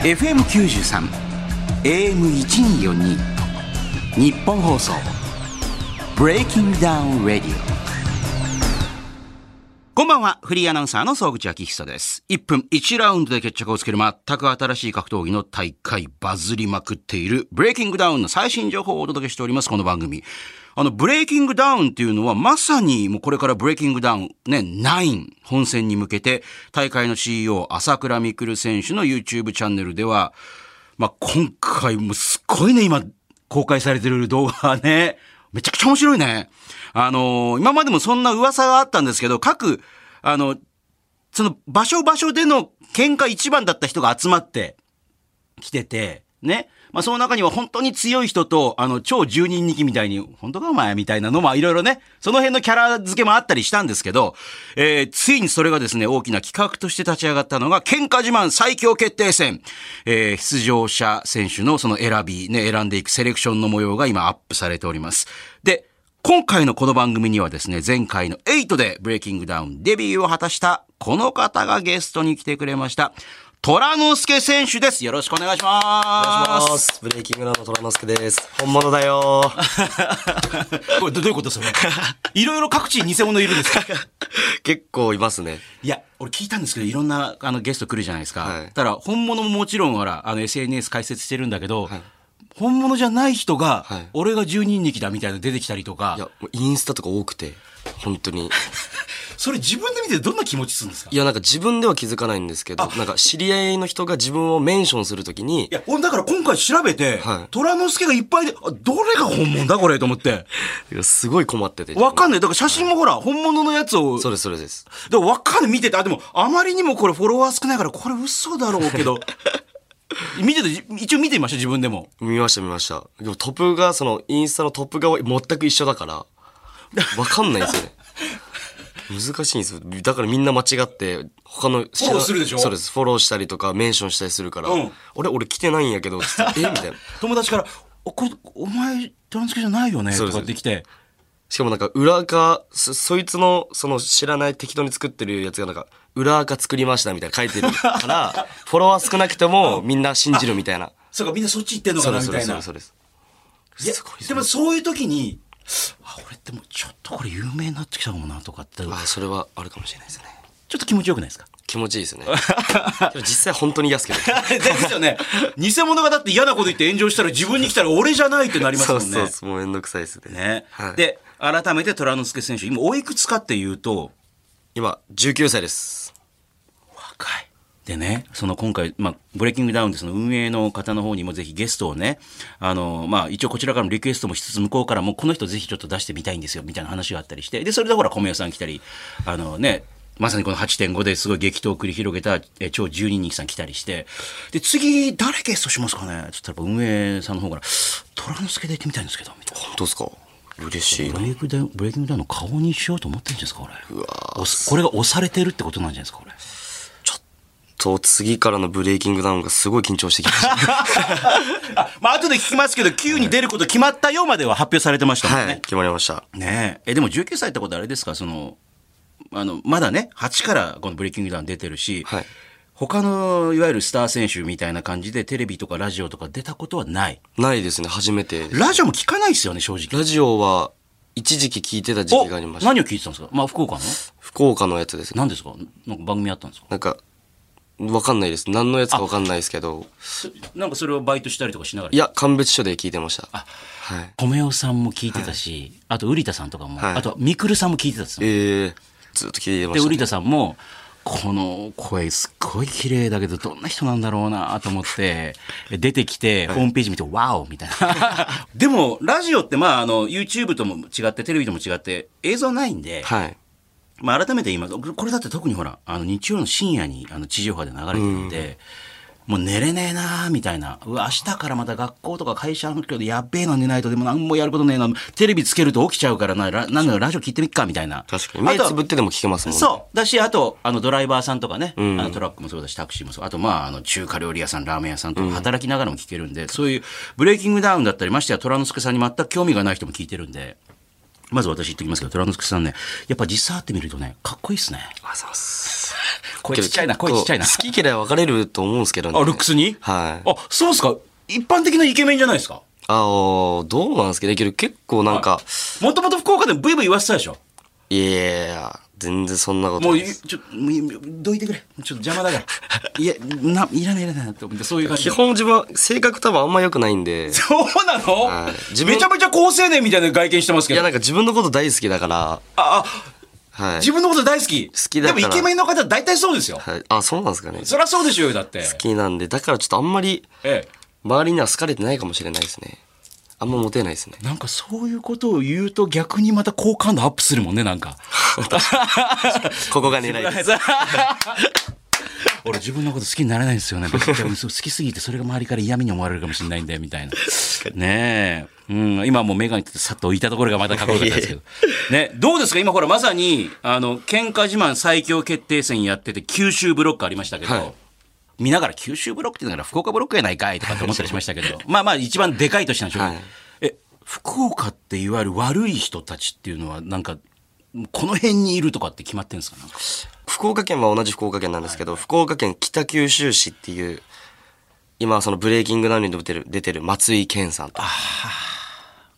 FM93 AM1242 日本放送 Breaking Down Radio こんばんは、フリーアナウンサーの総口昭久です。1分1ラウンドで決着をつける全く新しい格闘技の大会バズりまくっているブレイキングダウンの最新情報をお届けしております、この番組。あの、ブレイキングダウンっていうのはまさにもうこれからブレイキングダウンね、9本戦に向けて大会の CEO 朝倉未来選手の YouTube チャンネルでは、まあ、今回もすっごいね、今、公開されてる動画ね。めちゃくちゃ面白いね。あのー今までもそんな噂があったんですけど、各、あの、その場所場所での喧嘩一番だった人が集まってきてて、ね。まあ、その中には本当に強い人と、あの、超十人二期みたいに、本当かお前みたいなのも、いろいろね、その辺のキャラ付けもあったりしたんですけど、えー、ついにそれがですね、大きな企画として立ち上がったのが、喧嘩自慢最強決定戦。えー、出場者選手のその選び、ね、選んでいくセレクションの模様が今アップされております。で、今回のこの番組にはですね、前回の8でブレイキングダウンデビューを果たしたこの方がゲストに来てくれました。虎之助選手です。よろしくお願いしお願まいしす。ます。ブレイキングダウンの虎之介です。本物だよ ーこれどどういうことそれいろいろ各地に偽物いるんですか結構いますね。いや、俺聞いたんですけど、いろんなあのゲスト来るじゃないですか。はいただ、本物ももちろん、ほら、あの SNS 解説してるんだけど、本物じゃない人が、はい俺が十人力だみたいなの出てきたりとかいや、、もうインスタとか多くて、本当に。それ自分で見てどんな気持ちするんですかいや、なんか自分では気づかないんですけど、なんか知り合いの人が自分をメンションするときにい、や、俺だから今回調べて、はい虎之助がいっぱいで、あどれが本物だこれと思って。いやすごい困ってて。わかんない。だから写真もほら、本物のやつを、そうです、そうです。でもわかんない。見てて、あ、でも、あまりにもこれフォロワー少ないから、これ嘘だろうけど。 見てて、じ一応見てみました、自分でも。見ました、見ました。でもトップが、その、インスタのトップが全く一緒だから、わかんないんですよ ね。難しいんですよ。だからみんな間違って、他の、フォローするでしょそうです。フォローしたりとか、メンションしたりするから、うん俺、俺来てないんやけど、つってえみたいな。友達から、お、これ、お前、虎之助じゃないよねそとうですかってきて。しかもなんか裏垢そそいつのその知らない適当に作ってるやつがなんか裏垢作りましたみたいな書いてるから フォロワー少なくてもみんな信じるみたいなそうか、みんなそっち行ってんの そかうでなすみそうでたすいなそうです。そうですいやすごいですねでもそういう時に、あ、俺ってもうちょっとこれ有名になってきたかもなとかって、ちょあっそれはあるかもしれないですねと気持ちよくないですか気持ちいいですねでも実際本当に安けど ですよね。偽物がだって嫌なこと言って炎上したら自分に来たら俺じゃないってなりますそもうんね。そうそうもうめんどくさいですねね、はいで、改めて虎之助選手、今おいくつかっていうと、今19歳です若い。でね、その今回、まあ、ブレイキングダウンでその運営の方の方にもぜひゲストをね、あの、まあ、一応こちらからもリクエストもしつつ、向こうからもこの人ぜひちょっと出してみたいんですよ、みたいな話があったりして、で、それでほら、米屋さん来たり、あのね、まさにこの8.5ですごい激闘を繰り広げた、え超12人さん来たりして、で、次、誰ゲストしますかねちょっとやっぱ運営さんの方から、虎之助で行ってみたいんですけど、みたいな。本当ですか嬉しいブなレイクダウン、ブレイキングダウンの顔にしようと思ってるんじゃないですか、これ。押すこれが押されてるってことなんじゃないですか、これ。と次からのブレイキングダウンがすごい緊張してきました あ、まあ、後で聞きますけど、9に出ること決まったよまでは発表されてましたもんはね。い決まりましたねえ。え、でも19歳ってことはあれですか、その、あの、まだね、8からこのブレイキングダウン出てるし、はい他の、いわゆるスター選手みたいな感じで、テレビとかラジオとか出たことはない。ないですね初めてですラジオも聞かないですよね、正直。ラジオは一時期聞いてた時期がありました。何を聞いてたんですかまあ、福岡の福岡のやつですね。何ですかなんか番組あったんですかなんか、わかんないです。何のやつかわかんないですけど。なんかそれをバイトしたりとかしながらいや、鑑別所で聞いてました。はい。米尾さんも聞いてたし、あと瓜田さんとかも、はいあとみくるさんも聞いてたんですよ。えー、ずっと聞いてまで、した、瓜ね。田さんも、この声すっごい綺麗だけど、どんな人なんだろうなと思って、出てきて、ホームページ見て、ワオみたいな。 でも、ラジオって、まあ、あの、YouTube とも違って、テレビとも違って、映像ないんで、はい。まあ、改めて今、これだって特にほら、あの、日曜の深夜に、あの、地上波で流れてるんで、もう寝れねえなーみたいな。うわ、明日からまた学校とか会社あるけど、やっべえな、寝ないと、でも何もやることねえな。テレビつけると起きちゃうからな、ラなんだろう、ラジオ聞いてみっか、みたいな。確かに。目あとつぶってでも聞けますもんね。そう。だし、あと、あの、ドライバーさんとかね、あのトラックもそうだし、タクシーもそう。あと、まあ、あの、中華料理屋さん、ラーメン屋さんとか働きながらも聞けるんで、そういう、ブレイキングダウンだったり、ましてや、虎之助さんに全く興味がない人も聞いてるんで、まず私言ってきますけど、虎之助さんね、やっぱ実際会ってみるとね、かっこいいっすね。あざっす。 声ちっちゃいなけど声ちっちゃいな結構好き嫌い分かれると思うんですけどね。あ、ルックスにはい。あ、そうっすか一般的なイケメンじゃないですかあのどうなんですけど、けど結構なんか、もともと福岡でブイブイ言わせてたでしょい、やいや、全然そんなこともうないい、です。ちょ、もうどいてくれ。ちょっと邪魔だ から。いや、な、いらないいらないなって思って、そういう感じ基で。本自分は性格多分あんま良くない んで、そうなの、はい自分めちゃめちゃ好青年みたいな外見してますいけやど。あなんか自分のこと大好きだから、あ、はい。自分のこと大好き。好きだからでもイケメンの方は大体そうですよ。はい、あ、そうなんですかね。好そりゃそうでしょうよ、だって。きなんで、だからちょっとあんまり、え周りには好かれてないかもしれないですね。あんまモテないですね。え。なんかそういうことを言うと逆にまた好感度アップするもんね、なん か。ここが狙いです。 俺自分のこと好きになれないんですよね。僕多分そう好きすぎてそれが周りから嫌味に思われるかもしれないんだよみたいな。ねえ。うん、今もうメガネってさっと置いたところがまたかっこよかったです けど。ね、どうですか今ほらまさに、あの、喧嘩自慢最強決定戦やってて九州ブロックありましたけど、はい見ながら九州ブロックって言うなら福岡ブロックやないかいとかって思ったりしましたけど、まあまあ一番でかいとしたんでしょうけど、はいえ、福岡っていわゆる悪い人たちっていうのはなんか、この辺にいるとかって決まってんですかなんか福岡県は同じ福岡県なんですけど、福岡県北九州市っていう、今そのブレイキングダウンに出てる、出てる松井健さんと。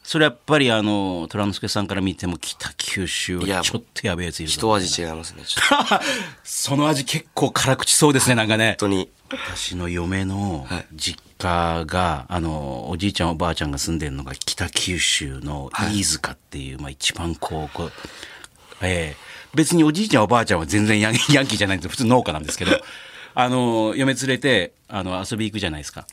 それやっぱりあの虎之助さんから見ても北九州いやはちょっとやべえやついるぞ一味違いますね。ちょっと その味結構辛口そう ですねなんかね本当に。私の嫁の実家が、あのおじいちゃんおばあちゃんが住んでるのが北九州の飯塚っていう、まあ、一番こうこう、えー別におじいちゃんおばあちゃんは全然ヤン ヤンキーじゃないんですよ普通農家なんですけ どあの嫁連れてあの遊び行くじゃないですか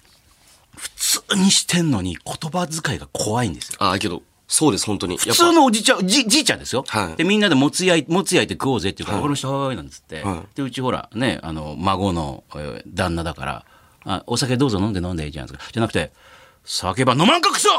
普通にしてんのに言葉遣いが怖いんですよあ、けど、そうです、本当に。や普っ通ぱ、のおじちゃん、じ、じいちゃんですよ。はいで、みんなでもつ焼い、もつ焼いて食おうぜっていうから、わかりました、はーい、なんつって、はで、うちほら、ね、あの、孫の、えー旦那だから、あ、お酒どうぞ飲んで飲んでいいじゃないですか。じゃなくて、酒ば飲まんかくそ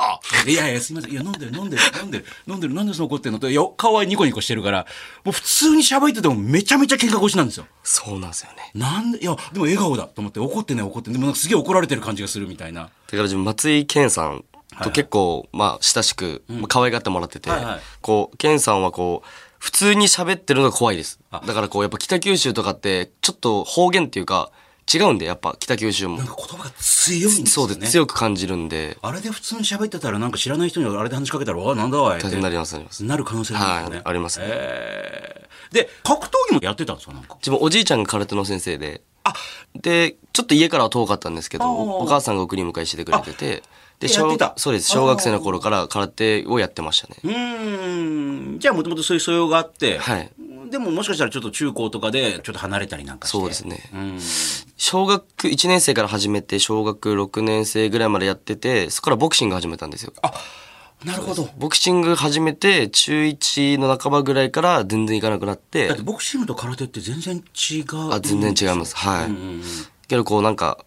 いやいや、すみません。いや、飲んでる、飲んでる、飲んでる、飲んでる、なんでその怒ってんのと、いや顔はニコニコしてるから、もう普通に喋っててもめちゃめちゃ喧嘩腰なんですよ。そうなんですよね。なんで、いや、でも笑顔だと思って、怒ってない、怒ってない。でもなんかすげえ怒られてる感じがするみたいな。だから自分松井健さんと結構、まあ親しく、まあ可愛がってもらってて、はいはいこう健さんはこう普通に喋ってるのが怖いですだからこうやっぱ北九州とかってちょっと方言っていうか違うんでやっぱ北九州もなんか言葉が強いんですよね。そうで強く感じるんであれで普通に喋ってたらなんか知らない人にあれで話しかけたら、わあ、なんだわいっ大て変になりますなりますなる可能性があるんだはいよね。ありますねえーで、格闘技もやってたんですかなんか。自分おじいちゃんが空手の先生であ、でちょっと家からは遠かったんですけどあーお母さんが送り迎えしてくれててでやって小たそうです小学生の頃から空手をやってましたねうーん。じゃあもともとそういう素養があって、はいでももしかしたらちょっと中高とかでちょっと離れたりなんかして。そうですねうん。小学1年生から始めて小学6年生ぐらいまでやっててそこからボクシング始めたんですよなるほど。ボクシング始めて中1の半ばぐらいから全然行かなくなってだってボクシングと空手って全然違う。あ全然違いますはい、けどこうなんか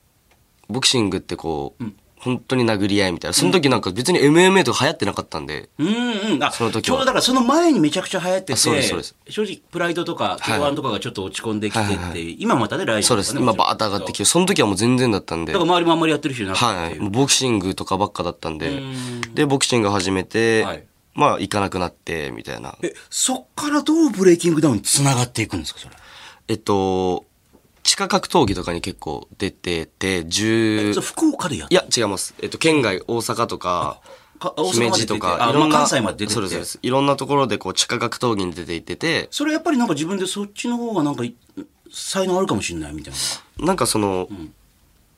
ボクシングってこう、本当に殴り合いみたいなその時なんか別に MMA とか流行ってなかったんで、うんうん。あ、その時はちょうどだからその前にめちゃくちゃ流行ってて、あそうですそうです正直プライドとか、はいトワンとかがちょっと落ち込んできてって、はいは今またね、ライジンそうとでかねす今バーッと上がってきてその時はもう全然だったんでだから周りもあんまりやってる人いなくてはい、もうボクシングとかばっかだったんでんでボクシング始めて、はいまあ行かなくなってみたいなえ、そっからどうブレイキングダウンに繋がっていくんですか、それ。えっと、地下格闘技とかに結構出てて、10それ、福岡でやっいや、違います。えっと、県外、大阪とか、か大阪まで姫出て路とか、あいろんな、まあ関西まで出ててそうですそうです。いろんなところで、こう、地下格闘技に出ていってて、それやっぱりなんか自分でそっちの方がなんかい才能あるかもしれないみたいな。なんかその、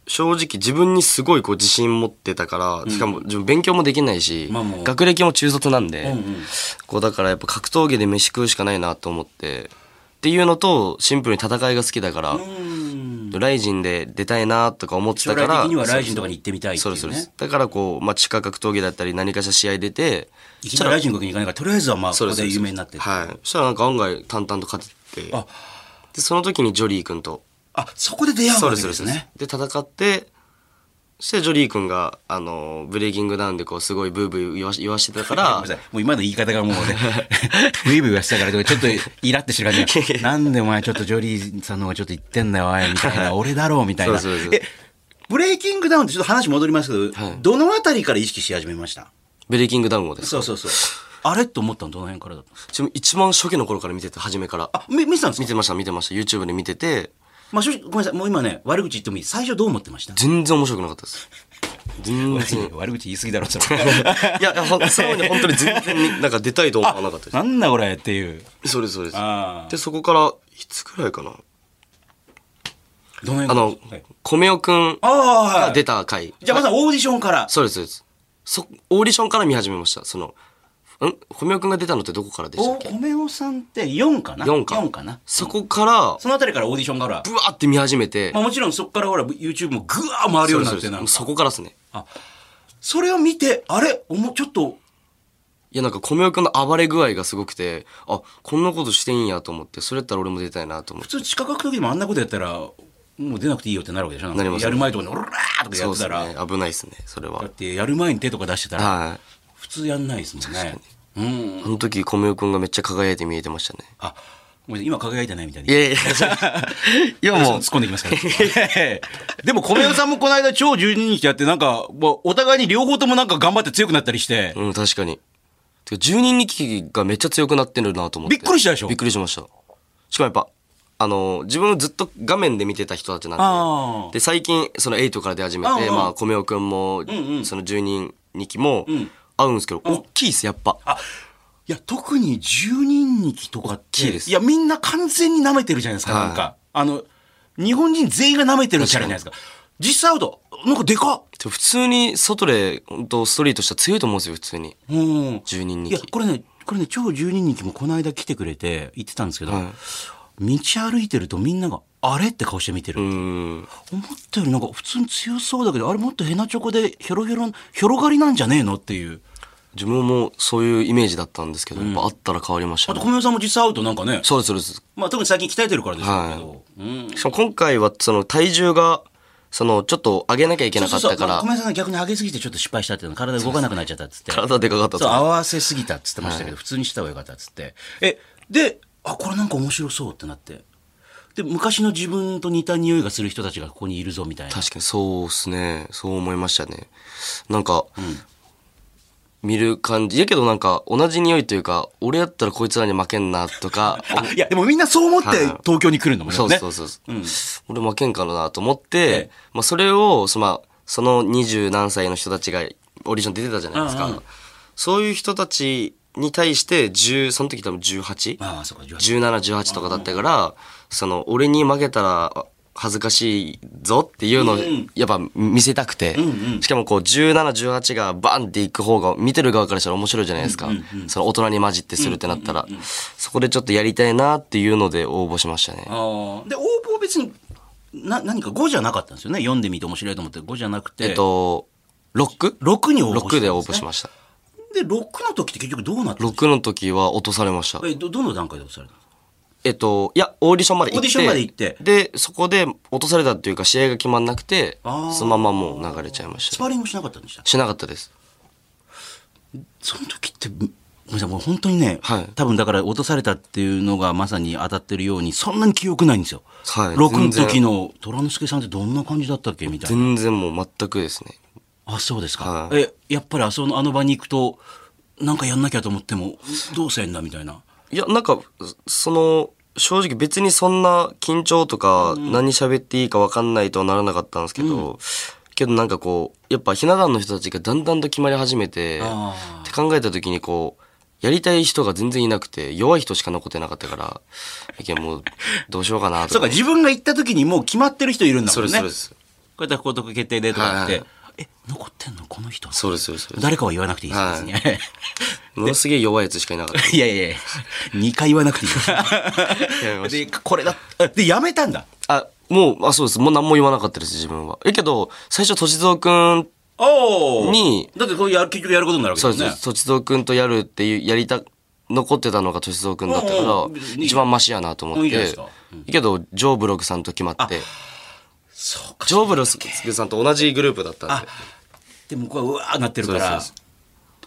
正直自分にすごいこう自信持ってたから、しかも自分勉強もできないし、まあもう学歴も中卒なんで、うんうんこうだからやっぱ格闘技で飯食うしかないなと思って、っていうのと、シンプルに戦いが好きだから、うん。ライジンで出たいなとか思って将来たから、的にはライジンとかに行ってみたいってそいううですそうでねす。だからこう、まあ、地下格闘技だったり何かしら試合出ていきなりライジン学に行かないから、とりあえずはまあ、こそうこですで有名になって。はいそしたらなんか案外淡々と勝ててあでその時にジョリー君とあ、そこで出会うそわうけでですすそね。うですで戦ってそしてジョリー君があのブレイキングダウンでこうすごいブーブー言わし言わしてたか ごらめんなさいもう今の言い方がもうね、ウィーブイはしたからとか、ちょっとイラってしてる感じがなんでお前ちょっとジョリーさんの方がちょっと言ってんだよ、おい、みたいな。俺だろう、みたいな。そうですそうえです、ブレイキングダウンってちょっと話戻りますけど、はいどのあたりから意識し始めましたブレイキングダウンをですそうそうそう。あれと思ったのどの辺からだったんですかちなみに一番初期の頃から見てて、初めから。あ、み見てたんです見かてました、見てました。YouTube で見てて、まあ、正直、ごめんなさい。もう今ね、悪口言ってもいい。最初どう思ってました全然面白くなかったです。全然。悪口言い過ぎだろ、それ。いや、ほんそのね、本当に全然、なんか出たいと思わなかった でなんだこれっていう。す。そうです、そうです。あで、そこから、いつくらいかな。どの辺あからのはい、米尾くんああ、はがい。出た回。じゃあまずはオーディションから。そうです、そうです。そ、オーディションから見始めました。その、ん米尾くんが出たのってどこからでしたおっけ米尾さんって4かな四か四かな。そこから、そのあたりからオーディションから。ブワーって見始めて、まあもちろんそこからほら YouTube もぐわー回るようになってなんそかそこからですね。それを見て、あれおもちょっと、いや、なんか、米尾くんの暴れ具合がすごくて、あ、こんなことしていいんやと思って、それやったら俺も出たいなと思っ普て。通地下格闘技でもあんなことやったら、もう出なくていいよってなるわけでしょんかなりますやる前とかに、オラーとかそやうっでてたすら、ね。危ないですね、それだっは。てやる前に手とか出してたら、は普通やんないですもんね。うんい。。あの時、米尾くんがめっちゃ輝いて見えてましたね。あ、ごめんなさい今輝いてないみたいいで。やいや、 今そうも突っ込んできますから。 でも、米尾さんもこの間超12日やって、なんか、もうお互いに両方ともなんか頑張って強くなったりして、う、うん、確かに。てか、10人力がめっちゃ強くなってるなと思って。びっくりしたでしょびっくりしました。しかもやっぱ、あの、自分をずっと画面で見てた人たちなんあーで、で、最近、その8から出始めうんうて、んまあ、米尾くんも、うんその10人力もん、合うんですけど、大きいっす、やっぱ。あ、いや、特に10人力とかっ大きて、いですいや、みんな完全に舐めてるじゃないですか、はいなんか。あの、日本人全員が舐めてるキャラじゃないですか。実際会うと、なんかでかっで普通に、外で、本当ストリートしたら強いと思うんですよ、普通に。うん。 10人いや、力。これね、これね、超10人力もこの間来てくれて、言ってたんですけど、は道歩いてるとみんなが、あれって顔して見てる。うん。思ったよりなんか普通に強そうだけど、あれもっとヘナチョコでヒョロヒョロ、ヒョロ狩りなんじゃねえのっていう。自分もそういうイメージだったんですけど、やっぱあったら変わりましたあとね。小宮さんも実際会うとなんかね、そうです、そうです。まあ特に最近鍛えてるからでしょうけど、うん。しかも今回はその体重がそのちょっと上げなきゃいけなかったかそうそうそうまあら小宮さんが逆に上げすぎてちょっと失敗したっていうの体動かなくなっちゃったっつって。体でかかったそう、と合思うわせすぎたっつってましたけど、普通にした方がよかったっつって。え、で、あ、これなんか面白そうってなって。で、昔の自分と似た匂いがする人たちがここにいるぞみたいな。確かにそうですねそう思いましたねなんか、見る感じやけどなんか同じ匂いというか俺やったらこいつらに負けんな とかあ、いや、でもみんなそう思ってはい東京に来るんだもんね。そうそうそう、俺負けんかなと思って、まあ、それをそ,、まあ、その二十何歳の人たちがオーディション出てたじゃないですか、うんうんそういう人たちに対して10その時多分 18? ああ、そうか、18 1718とかだったから、その俺に負けたら恥ずかしいぞっていうのをんやっぱ見せたくて、しかもこう1718がバンっていく方が見てる側からしたら面白いじゃないですか、その大人に混じってするってなったら、そこでちょっとやりたいなっていうので応募しましたねああ。で、応募別に、な、何か5じゃなかったんですよね。読んでみて面白いと思って5じゃなくて。えっと 6?6 6に応募したんすねで応募しましたで、6の時って結局どうなったんですか6の時は落とされましたえど、どの段階で落とされたんですかえっといやオーディションまで行ってオーディションまで行ってでそこで落とされたっていうか試合が決まんなくてあーそのままもう流れちゃいましスたパーリングしなかったんでしたしなかったですその時って、ごめんなさい、もう本当にね、はい多分だから落とされたっていうのがまさに当たってるように、そんなに記憶ないんですよ。はい六の時の虎之助さんってどんな感じだったっけみたいな。全然もう全くですねあ、そうですか。はいえ、やっぱりあそのあの場に行くと、なんかやんなきゃと思っても、どうせんだみたいな。いやなんかその正直別にそんな緊張とか何喋っていいか分かんないとはならなかったんですけど、けどなんかこうやっぱひな壇の人たちがだんだんと決まり始めてあーって考えた時にこうやりたい人が全然いなくて弱い人しか残ってなかったからいやもうどうしようかなそとうか、か自分が行った時にもう決まってる人いるんだもそんうね。ですそうですこうやって高得決定でとかって、はいはえ、残ってんのこの人。そうですそうですそうです誰かは言わなくていいですね。ものすげえ弱いやつしかいなかった いやいやいや、2回言わな くていいです。やめまで、これだ。あで、やめたんだ。あもうあそうですもう何も言わなかったです自分はえけど最初歳三くんおお。にだってこれやる結局やることになるわけそうでですすね。とちぞうくんとやるっていうやりた残ってたのがとちぞうくんだったかうんらうん別に一番マシやなと思うんいっいじゃないですてかけどジョーブログさんと決まってそうか。ジョーブログさんと同じグループだったんでで、向こうはうわーなってるからそうそ、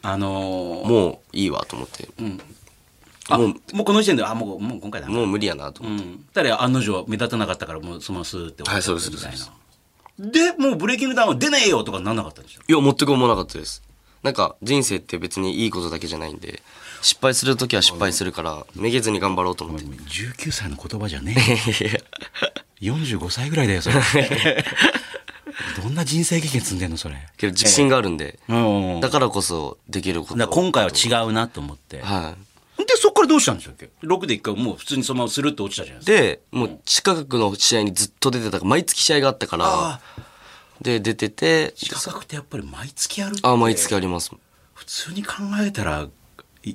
あのー、ももういいわと思ってう、もうもうこの時点で、あ、もう、もう今回だな。もう無理やなとう思ってん。ただ、案の定目立たなかったから、もうそのままスーって終わっはいちゃそうっでたすみたいな。で、もうブレイキングダウンは出ねえよとかなんなかったんでしょいや全く思わなかったですなんか人生って別にいいことだけじゃないんで失敗する時は失敗するからめげずに頑張ろうと思って19歳の言葉じゃねえ 45歳ぐらいだよそれ どんな人生経験積んでんのそれ けど自信があるんでうんだからこそできることだから今回は違うなと思ってはでそこからどうしたんでしたっけ6で1回もう普通にそのままスルッと落ちたじゃないいででもう近くの試合にずっと出てたから毎月試合があったからで出ててすか近くってやっぱり毎月やるってあ毎月あります普通に考えたらい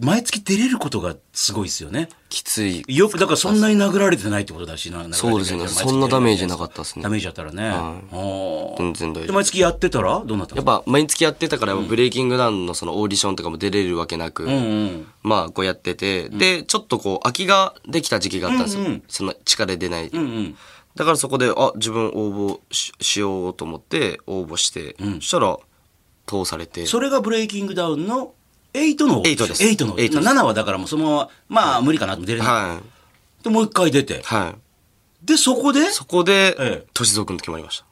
毎月出れることがすごいですよねきついよくだからそんなに殴られてないってことだしなそうですね殴られてないそんなダメージなかったっすねダメージあったらね、おー全然大丈夫で毎月やってたらどうなったやっのぱ毎月やってたからやっぱブレイキングダウンのそのオーディションとかも出れるわけなく、うんうんまあこうやってて、でちょっとこう空きができた時期があったんですよ、うんうんその力で出ない、うんうんだからそこであ自分応募ししようと思って応募して、そしたら通されてそれがブレイキングダウンの8のエイトです8のエイトです7はだからもうそのまままあ無理かなと出れない、はいでもう一回出てはいでそこでそこえで、え歳三君と決まりました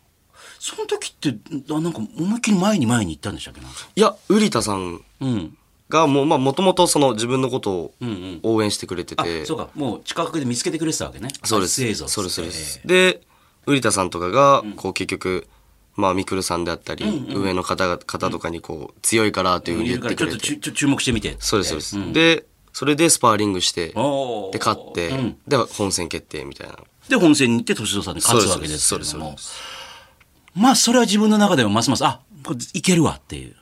その時ってあなんか思いっきり前に前に行ったんでしたっけなんかいや瓜田さんうんがもうまあもともとその自分のことをうんうん応援してくれてて、あそうかもう近くで見つけてくれてたわけねそうです。初映像っつってそうです。そうです。で、瓜田さんとかが、こう結局、まあ、みくるさんであったり、上の方が方とかにこう、強いからというふうにい言るっからてちょっくとれて。ちゅちょ注目してみてそうです、そうです。で、それでスパーリングして、おーで、勝ってうん、で、本戦決定みたいな。で本戦に行って歳三さんに勝つそうですわけですけれどそうもでまあそれは自分の中でもますますあこれいけるわっていう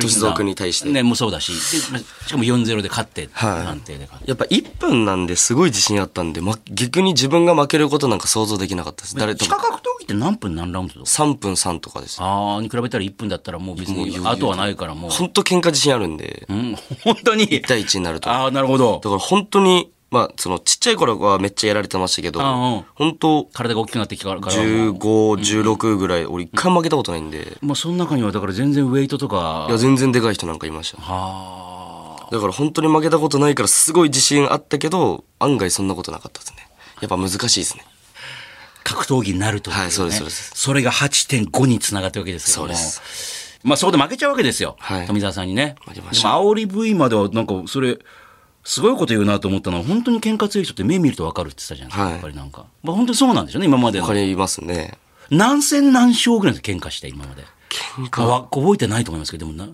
歳三君に対してねもうそうだしでまあしかも4-0で勝ってはい判定で勝ってやっぱ1分なんですごい自信あったんで、ま、逆に自分が負けることなんか想像できなかったです。誰と地下も。格闘技って何分何ラウンドとか3分3とかです。ああに比べたら1分だったらもう別にあとはないからもうほんと喧嘩自信あるんで、うん本当に1対1になると。ああなるほどだから本当に、まあ、その、ちっちゃい頃はめっちゃやられてましたけど、あうん本当体が大きくなってきたからはもう15、16ぐらい、俺一回も負けたことないんで、まあその中にはだから全然ウェイトとかいや、全然でかい人なんかいました。ああだから本当に負けたことないからすごい自信あったけど、案外そんなことなかったですね。やっぱ難しいですね。格闘技になるという、ねはいそうですそうですそれが8.5につながったわけですけどもそうでまあそこで負けちゃうわけですよ、はい富澤さんにね負でけもました煽り V まではなんかそれすごいこと言うなと思ったのは本当に喧嘩強い人って目見ると分かるって言ってたじゃないですか、はいやっぱりなんか、まあ、本当にそうなんでしょうね今までの他にいますね。何戦何勝ぐらいの喧嘩して今まで喧まあわ覚えてないと思いますけどでもな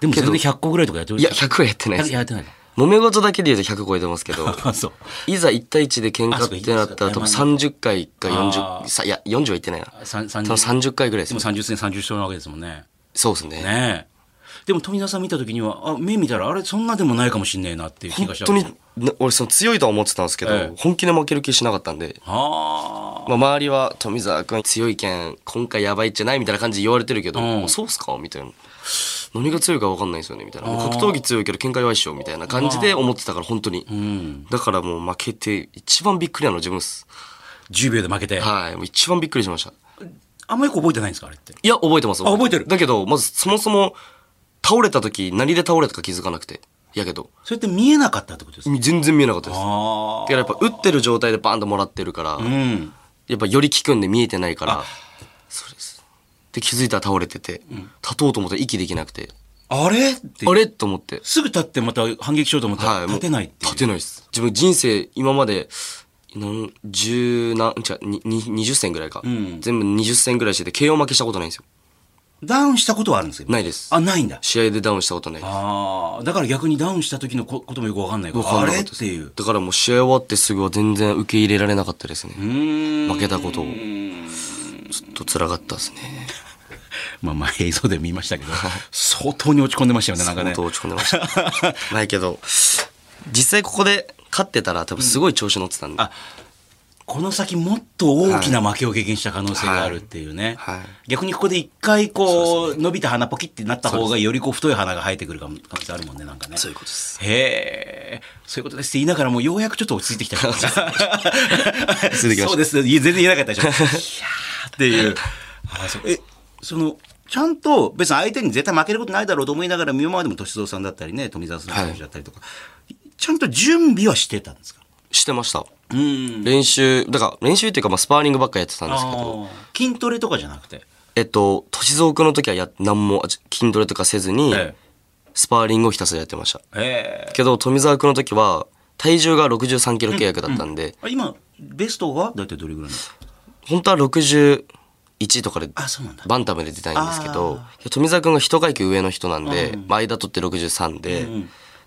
でもそれで100個ぐらいとかやってるいや、100はやってないです。やって ないか揉め事だけで言うと100超えてますけど、 あそういざ1対1で喧あそう嘩かってなったら多分30回かあー40、さいや、40は言ってないな。さん多30分30回ぐらいでですもね。 30戦30勝なわけですもんねそうですね。ねえでも富田さん見た時にはあ目見たらあれそんなでもないかもしんねえなっていう気が本した当にな俺その強いとは思ってたんですけど、ええ本気で負ける気しなかったんで、あまあ、周りは富澤君強いけん今回やばいっちゃないみたいな感じで言われてるけど、うんあそうっすかみたいな何が強いか分かんないですよねみたいなもう格闘技強いけど喧嘩弱いっしょみたいな感じで思ってたから本当に、あうんだからもう負けて一番びっくりなの自分っす10秒で負けてはいもう一番びっくりしましたあんまよく覚えてないんですかあれっていや覚えてますあ覚えてるだけどまずそもそも倒れた時何で倒れたか気づかなくてやけどそれって見えなかったってことですか全然見えなかったですだあからやっぱ打ってる状態でバーンともらってるから、あうんやっぱより効くんで見えてないからそうですで気づいたら倒れてて、立とうと思ったら息できなくてあれってあれと思ってすぐ立ってまた反撃しようと思ったらはいもう立てないっていう立てないです自分人生今までなん十何違うにに20戦ぐらいか、ん全部20戦ぐらいしてて KO 負けしたことないんですよダウンしたことはあるんですけどないですあないんだ試合でダウンしたことないですああだから逆にダウンした時のここともよくわかんないからわかあんなかれっったですていうだからもう試合終わってすぐは全然受け入れられなかったですねうーん負けたことをんちょっと辛かったですねまあまあ映像で見ましたけど相当に落ち込んでましたよねなんか相ね当落ち込んでまし たないけど実際ここで勝ってたら多分すごい調子乗ってたんで、あこの先もっと大きな負けを経験した可能性があるっていうね、はいはい逆にここで一回こう伸びた花ポキってなった方がよりこう太い花が生えてくるかも可能性あるもんねなんかねそういうことですへえそういうことですって言いながらもうようやくちょっと落ち着いてきたついてきましたそうですねいや全然言えなかったでしょいや ーっていうあそうえそのちゃんと別に相手に絶対負けることないだろうと思いながら今までも歳三さんだったりね富澤さん選手だったりとか、ちゃんと準備はしてたんですかしてましたうん練習だから練習っていうかまあスパーリングばっかやってたんですけどあー筋トレとかじゃなくてえっと、歳三くんの時はや、なんも、あち筋トレとかせずに、えスパーリングをひたすらやってました。ええけど、富澤くんの時は、体重が63キロ契約だったんで、え今、ベストは大体どれぐらいなんですか本当は61とかで、あ、そうなんだ。バンタムで出たいんですけど、富澤くんが一階級上の人なんで、まあ間取って63で、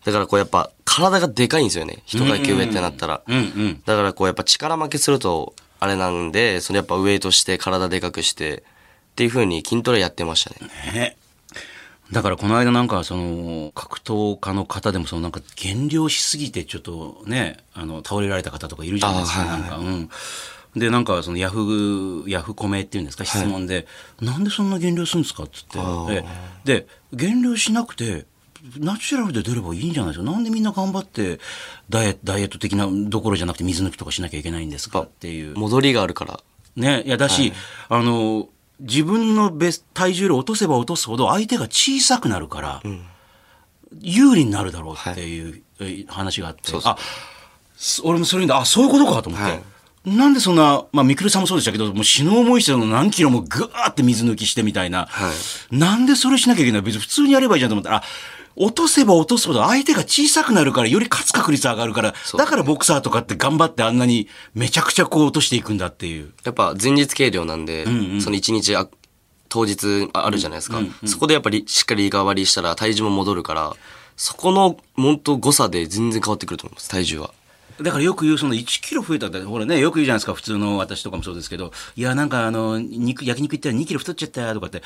だからこうやっぱ、体がでかいんですよね。一階級上ってなったら。うんうん。だからこうやっぱ力負けするとあれなんでそのやっぱウエイトして体でかくしてっていう風に筋トレやってましたねねだからこの間なんかその格闘家の方でもそのなんか減量しすぎてちょっとねあの倒れられた方とかいるじゃないですか、あーはいなんかうんでなんかそのヤフーヤフコメっていうんですか質問で、なんでそんな減量するんですかっつってでで減量しなくてナチュラルで出ればいいんじゃないですかなんでみんな頑張ってダイエダイエット的などころじゃなくて水抜きとかしなきゃいけないんですかっていう戻りがあるからね、いやだし、あの自分のベス体重量を落とせば落とすほど相手が小さくなるから、有利になるだろうっていうえ話があって、そうそうあそ俺もそれにあそういうことかと思って。はいなんでそんな、まあ、みくるさんもそうでしたけど、もう死ぬ思いしてその何キロもぐわーって水抜きしてみたいな、なんでそれしなきゃいけない別に普通にやればいいじゃんと思ったら、あ落とせば落とすほど相手が小さくなるから、より勝つ確率上がるから、だからボクサーとかって頑張ってあんなにめちゃくちゃこう落としていくんだっていう。やっぱ前日計量なんで、その1日あ当日ああるじゃないですか、そこでやっぱりしっかりリカバリーしたら体重も戻るからそこの本当誤差で全然変わってくると思います体重はだからよく言う、その1キロ増えたって、ほらね、よく言うじゃないですか、普通の私とかもそうですけど、いや、なんかあの、肉、焼肉行ったら2キロ太っちゃったとかって、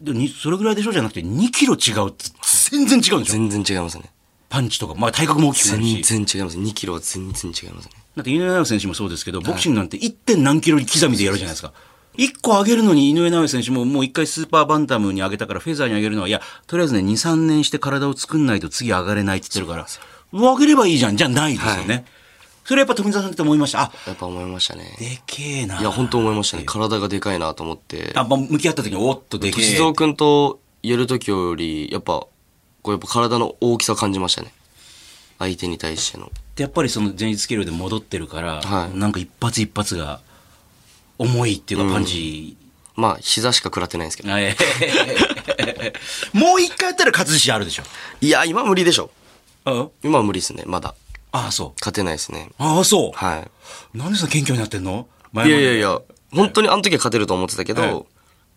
でもにそれぐらいでしょじゃなくて、2キロ違うって、全然違うんでしょ全然違いますねパンチとか、まあ体格も大きくなるし。全然違います2キロは全然違いますねだって井上尚弥選手もそうですけど、ボクシングなんて 1. 点何キロ刻みでやるじゃないですか。1個上げるのに井上尚弥選手ももう1回スーパーバンタムに上げたからフェザーに上げるのは、いや、とりあえずね、2、3年して体を作んないと次上がれないって言ってるから、上げればいいじゃん、じゃないですよね。それやっぱ富澤さんって思いました。あ、やっぱ思いましたねでけえな。いや本当思いましたね体がでかいなと思ってあ、まあ、向き合った時に、おっとでけえ。歳三君とやる時よりやっぱこうやっぱ体の大きさを感じましたね相手に対してのやっぱりその前日計量で戻ってるから、はいなんか一発一発が重いっていうかパンチ。まあ膝しか食らってないんですけどあえー もう一回やったら勝つ自信あるでしょ。いや今無理でしょあ今は無理ですねまだあ、そう。勝てないですねああ、そう。はなんでそんな謙虚になってんの前いいまやでいやいや本当にあの時は勝てると思ってたけど、はい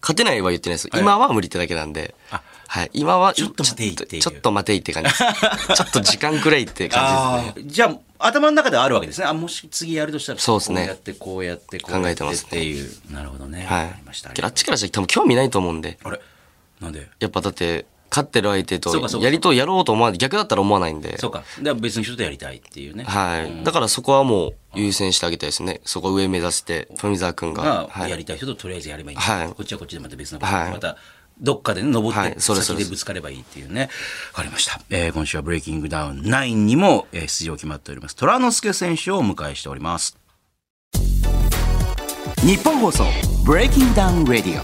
勝てないは言ってないですい今は無理ってだけなんで、あはい、今はちょっと待ていっていうちょっと待ていって感 じですちょっと時間くらいって感じですねあーじゃあ、頭の中ではあるわけですね。あ、もし次やるとしたら、そうですねこうやって、こうやって、こうやって考えてますねっていう。なるほどね。はわかりました。あいりけどあがっとちからしたら多分興味ないと思うんでうあれなんでやっぱだって勝ってる相手そうかそうとかやりとやろうと思わない逆だったら思わないんでそうか。で別の人とやりたいっていうね。はいだからそこはもう優先してあげたいですねそこ上目指して富澤君ががはやりいたい人ととりあえずやればいい、はいこっちはこっちでまた別のこと、はいまたどっかでね登って、はいそうです先でぶつかればいいっていうねわかりました、えー今週は「ブレイキングダウン9」にも、えー出場決まっております虎之助選手をお迎えしております日本放送ブレイキングダウンレディオ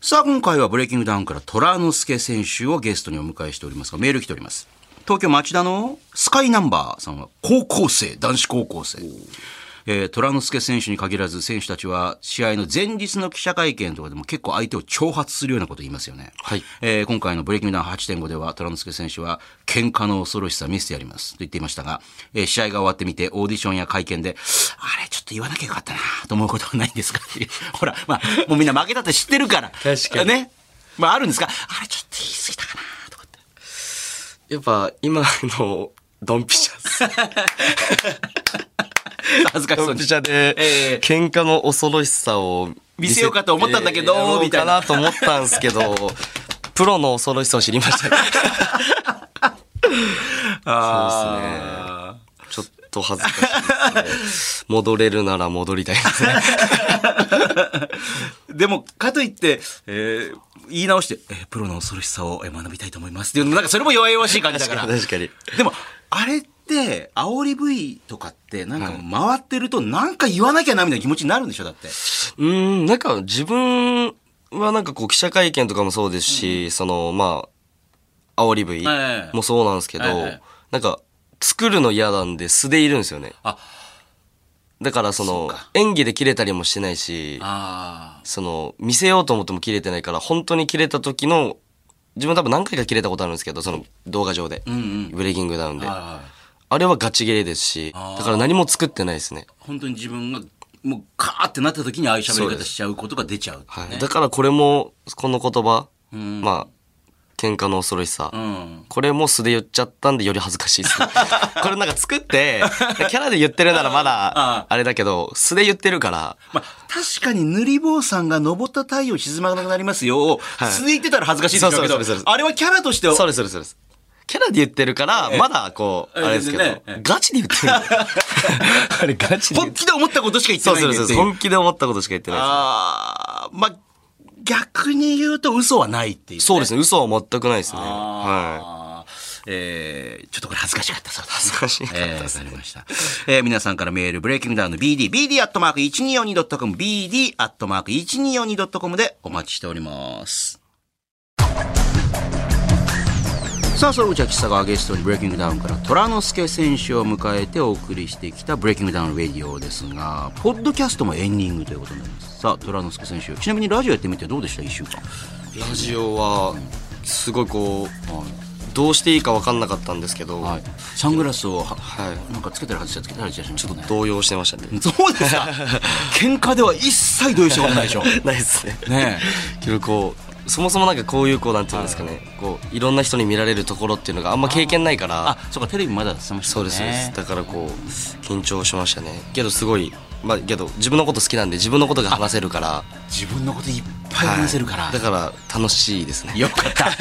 さあ今回はブレイキングダウンから虎之助選手をゲストにお迎えしておりますがメール来ております東京町田のスカイナンバーさんは高校生男子高校生えー、虎之助選手に限らず選手たちは試合の前日の記者会見とかでも結構相手を挑発するようなこと言いますよね、はいえー今回のブレイキングダウン8.5では虎之助選手は喧嘩の恐ろしさ見せてやりますと言っていましたが、えー試合が終わってみてオーディションや会見であれちょっと言わなきゃよかったなと思うことはないんですかっていうほら、まあ、もうみんな負けたって知ってるから確かにねまああるんですがあれちょっと言い過ぎたかなとかってやっぱ今のドンピシャです恥ずかしそドうンにピシャでええ喧嘩の恐ろしさを見せようかと思ったんだけどええやろうみたいなかなと思ったんですけどプロの恐ろしさを知りましたあーちょっと恥ずかしいですね戻れるなら戻りたいですねでも、かといって、えー言い直して、えープロの恐ろしさをえー学びたいと思いますっていうのも、なんかそれも弱々しい感じだ確か。からに確かにでも、あれって、煽り V とかって、なんか回ってると、なんか言わなきゃなみたいな気持ちになるんでしょだって。うーん、なんか自分はなんかこう記者会見とかもそうですし、そのまあ、煽り部はいはいはいもそうなんですけど、はいはいなんか作るの嫌なんで素でいるんですよね。あだからそそうのか演技で切れたりもしてないしあその見せようと思っても切れてないから本当に切れた時の自分多分何回か切れたことあるんですけどその動画上で、あ。うんうん。ブレイキングダウンであああ。れはガチ切れですしだから何も作ってないですね、本当に自分が、もう、カーってなった時にああいう喋り方しちゃうことが出ちゃうってはいね。だからこれもこの言葉、んまあ喧嘩の恐ろしさ、うん。これも素で言っちゃったんでより恥ずかし いです。これなんか作って、キャラで言ってるならまだ、あれだけど、素で言ってるから、まあ、確かに塗り坊さんが登った太陽沈まなくなりますよを、い続いてたら恥ずかしいですけそうどですそうですそうで、すあれはキャラとしては、そうですそうですそうです。キャラで言ってるから、まだこう、ええあれですけどええええ、ガチで言ってる。あれガチで言本ってる。気で思ったことしか言ってそうないんそでっうそうてそう。いう本気で思ったことしか言ってないです。ああ、まあ、逆に言うと嘘はないっていう、そうでですね。嘘は全くないですね。すはえーちょっとこれ恥ずかしかったそうです。恥ずかしかったですえーわかりました。えー皆さんからメール、ブレイキングダウンの BD、BD アットマーク 1242.com、BD アットマーク 1242.com でお待ちしております。さあ、それじゃあ、喫茶川ゲストにブレイキングダウンから虎之助選手を迎えてお送りしてきたブレイキングダウンレディオですが、ポッドキャストもエンディングということになります。さあ、虎之助選手、ちなみにラジオやってみてどうでした ?1 週間。い。ラジオは、すごいこう、どうしていいか分かんなかったんですけど、は。はいサングラスをは、い。なんかつけてるはずじゃつけてるはずじゃしましたね。動揺してましたね。 そうですか。喧嘩では一切同意したこと ないでしょ。ないですね。ね けどこうそもそもなんかこういうこうなんていうんですかね、こういろんな人に見られるところっていうのがあんま経験ないかあら、そうか、テレビまださましたそうね。ですそうですだからこう緊張しましたねけどすごいまあけど自分のこと好きなんで自分のことが話せるから自分のこといっぱい話せるから。はいだから楽しいですねよか った。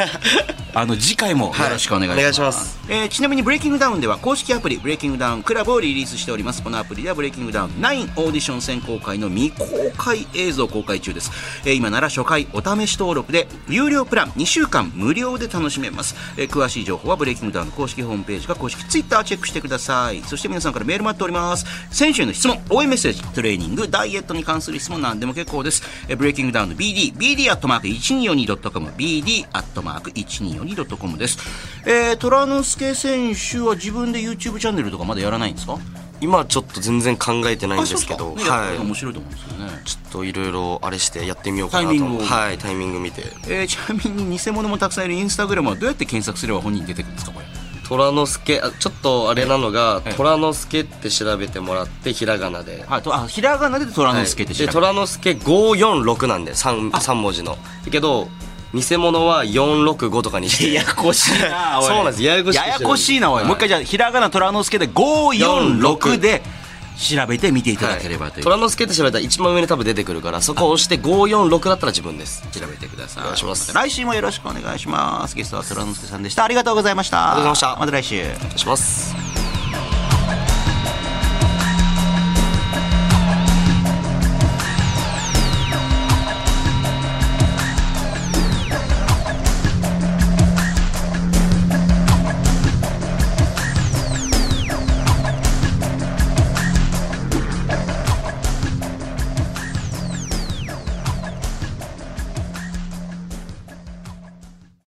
あの次回もよろしくお願いします。はいお願いしますえーちなみにブレイキングダウンでは公式アプリブレイキングダウンクラブをリリースしております。このアプリではブレイキングダウン9オーディション選考会の未公開映像を公開中です。えー今なら初回お試し登録で有料プラン2週間無料で楽しめます。えー詳しい情報はブレイキングダウンの公式ホームページか公式ツイッターチェックしてください。そして皆さんからメール待っております。選手への質問、応援メッセージ、トレーニング、ダイエットに関する質問なんでも結構です。えーブレイキングダウンの BD、BD アットマーク 1242.com、BD アットマーク 1242.com です。えー、虎之助選手は自分で YouTube チャンネルとかまだやらないんですか今はちょっと全然考えてないんあ、でそうすけど、ね、やっはた方がい面白いと思うんですよね。ちょっといろいろあれしてやってみようかなとタイミングをはいタイミング見てえー、ちなみに偽物もたくさんいるインスタグラムはどうやって検索すれば本人出てくるんですかこれ。虎之助あちょっとあれなのがい虎之助って調べてもらってひらがなではい、とあ、ひらがなで虎之助って調べでて、虎之助546なんで 3, 三文字のだけど偽物は465とかにしてややこしい なおいそうなんですややこしいややこしいなおい、もう一回じじゃあひらがな虎之助で546で調べてみていただければという、虎之助って調べたら一番上に多分出てくるからそこを押して546だったら自分です調べてくださいお願いします来週もよろしくお願いしますゲストは虎之助さんでしたありがとうございましたありがとうございましたまた来週お願いします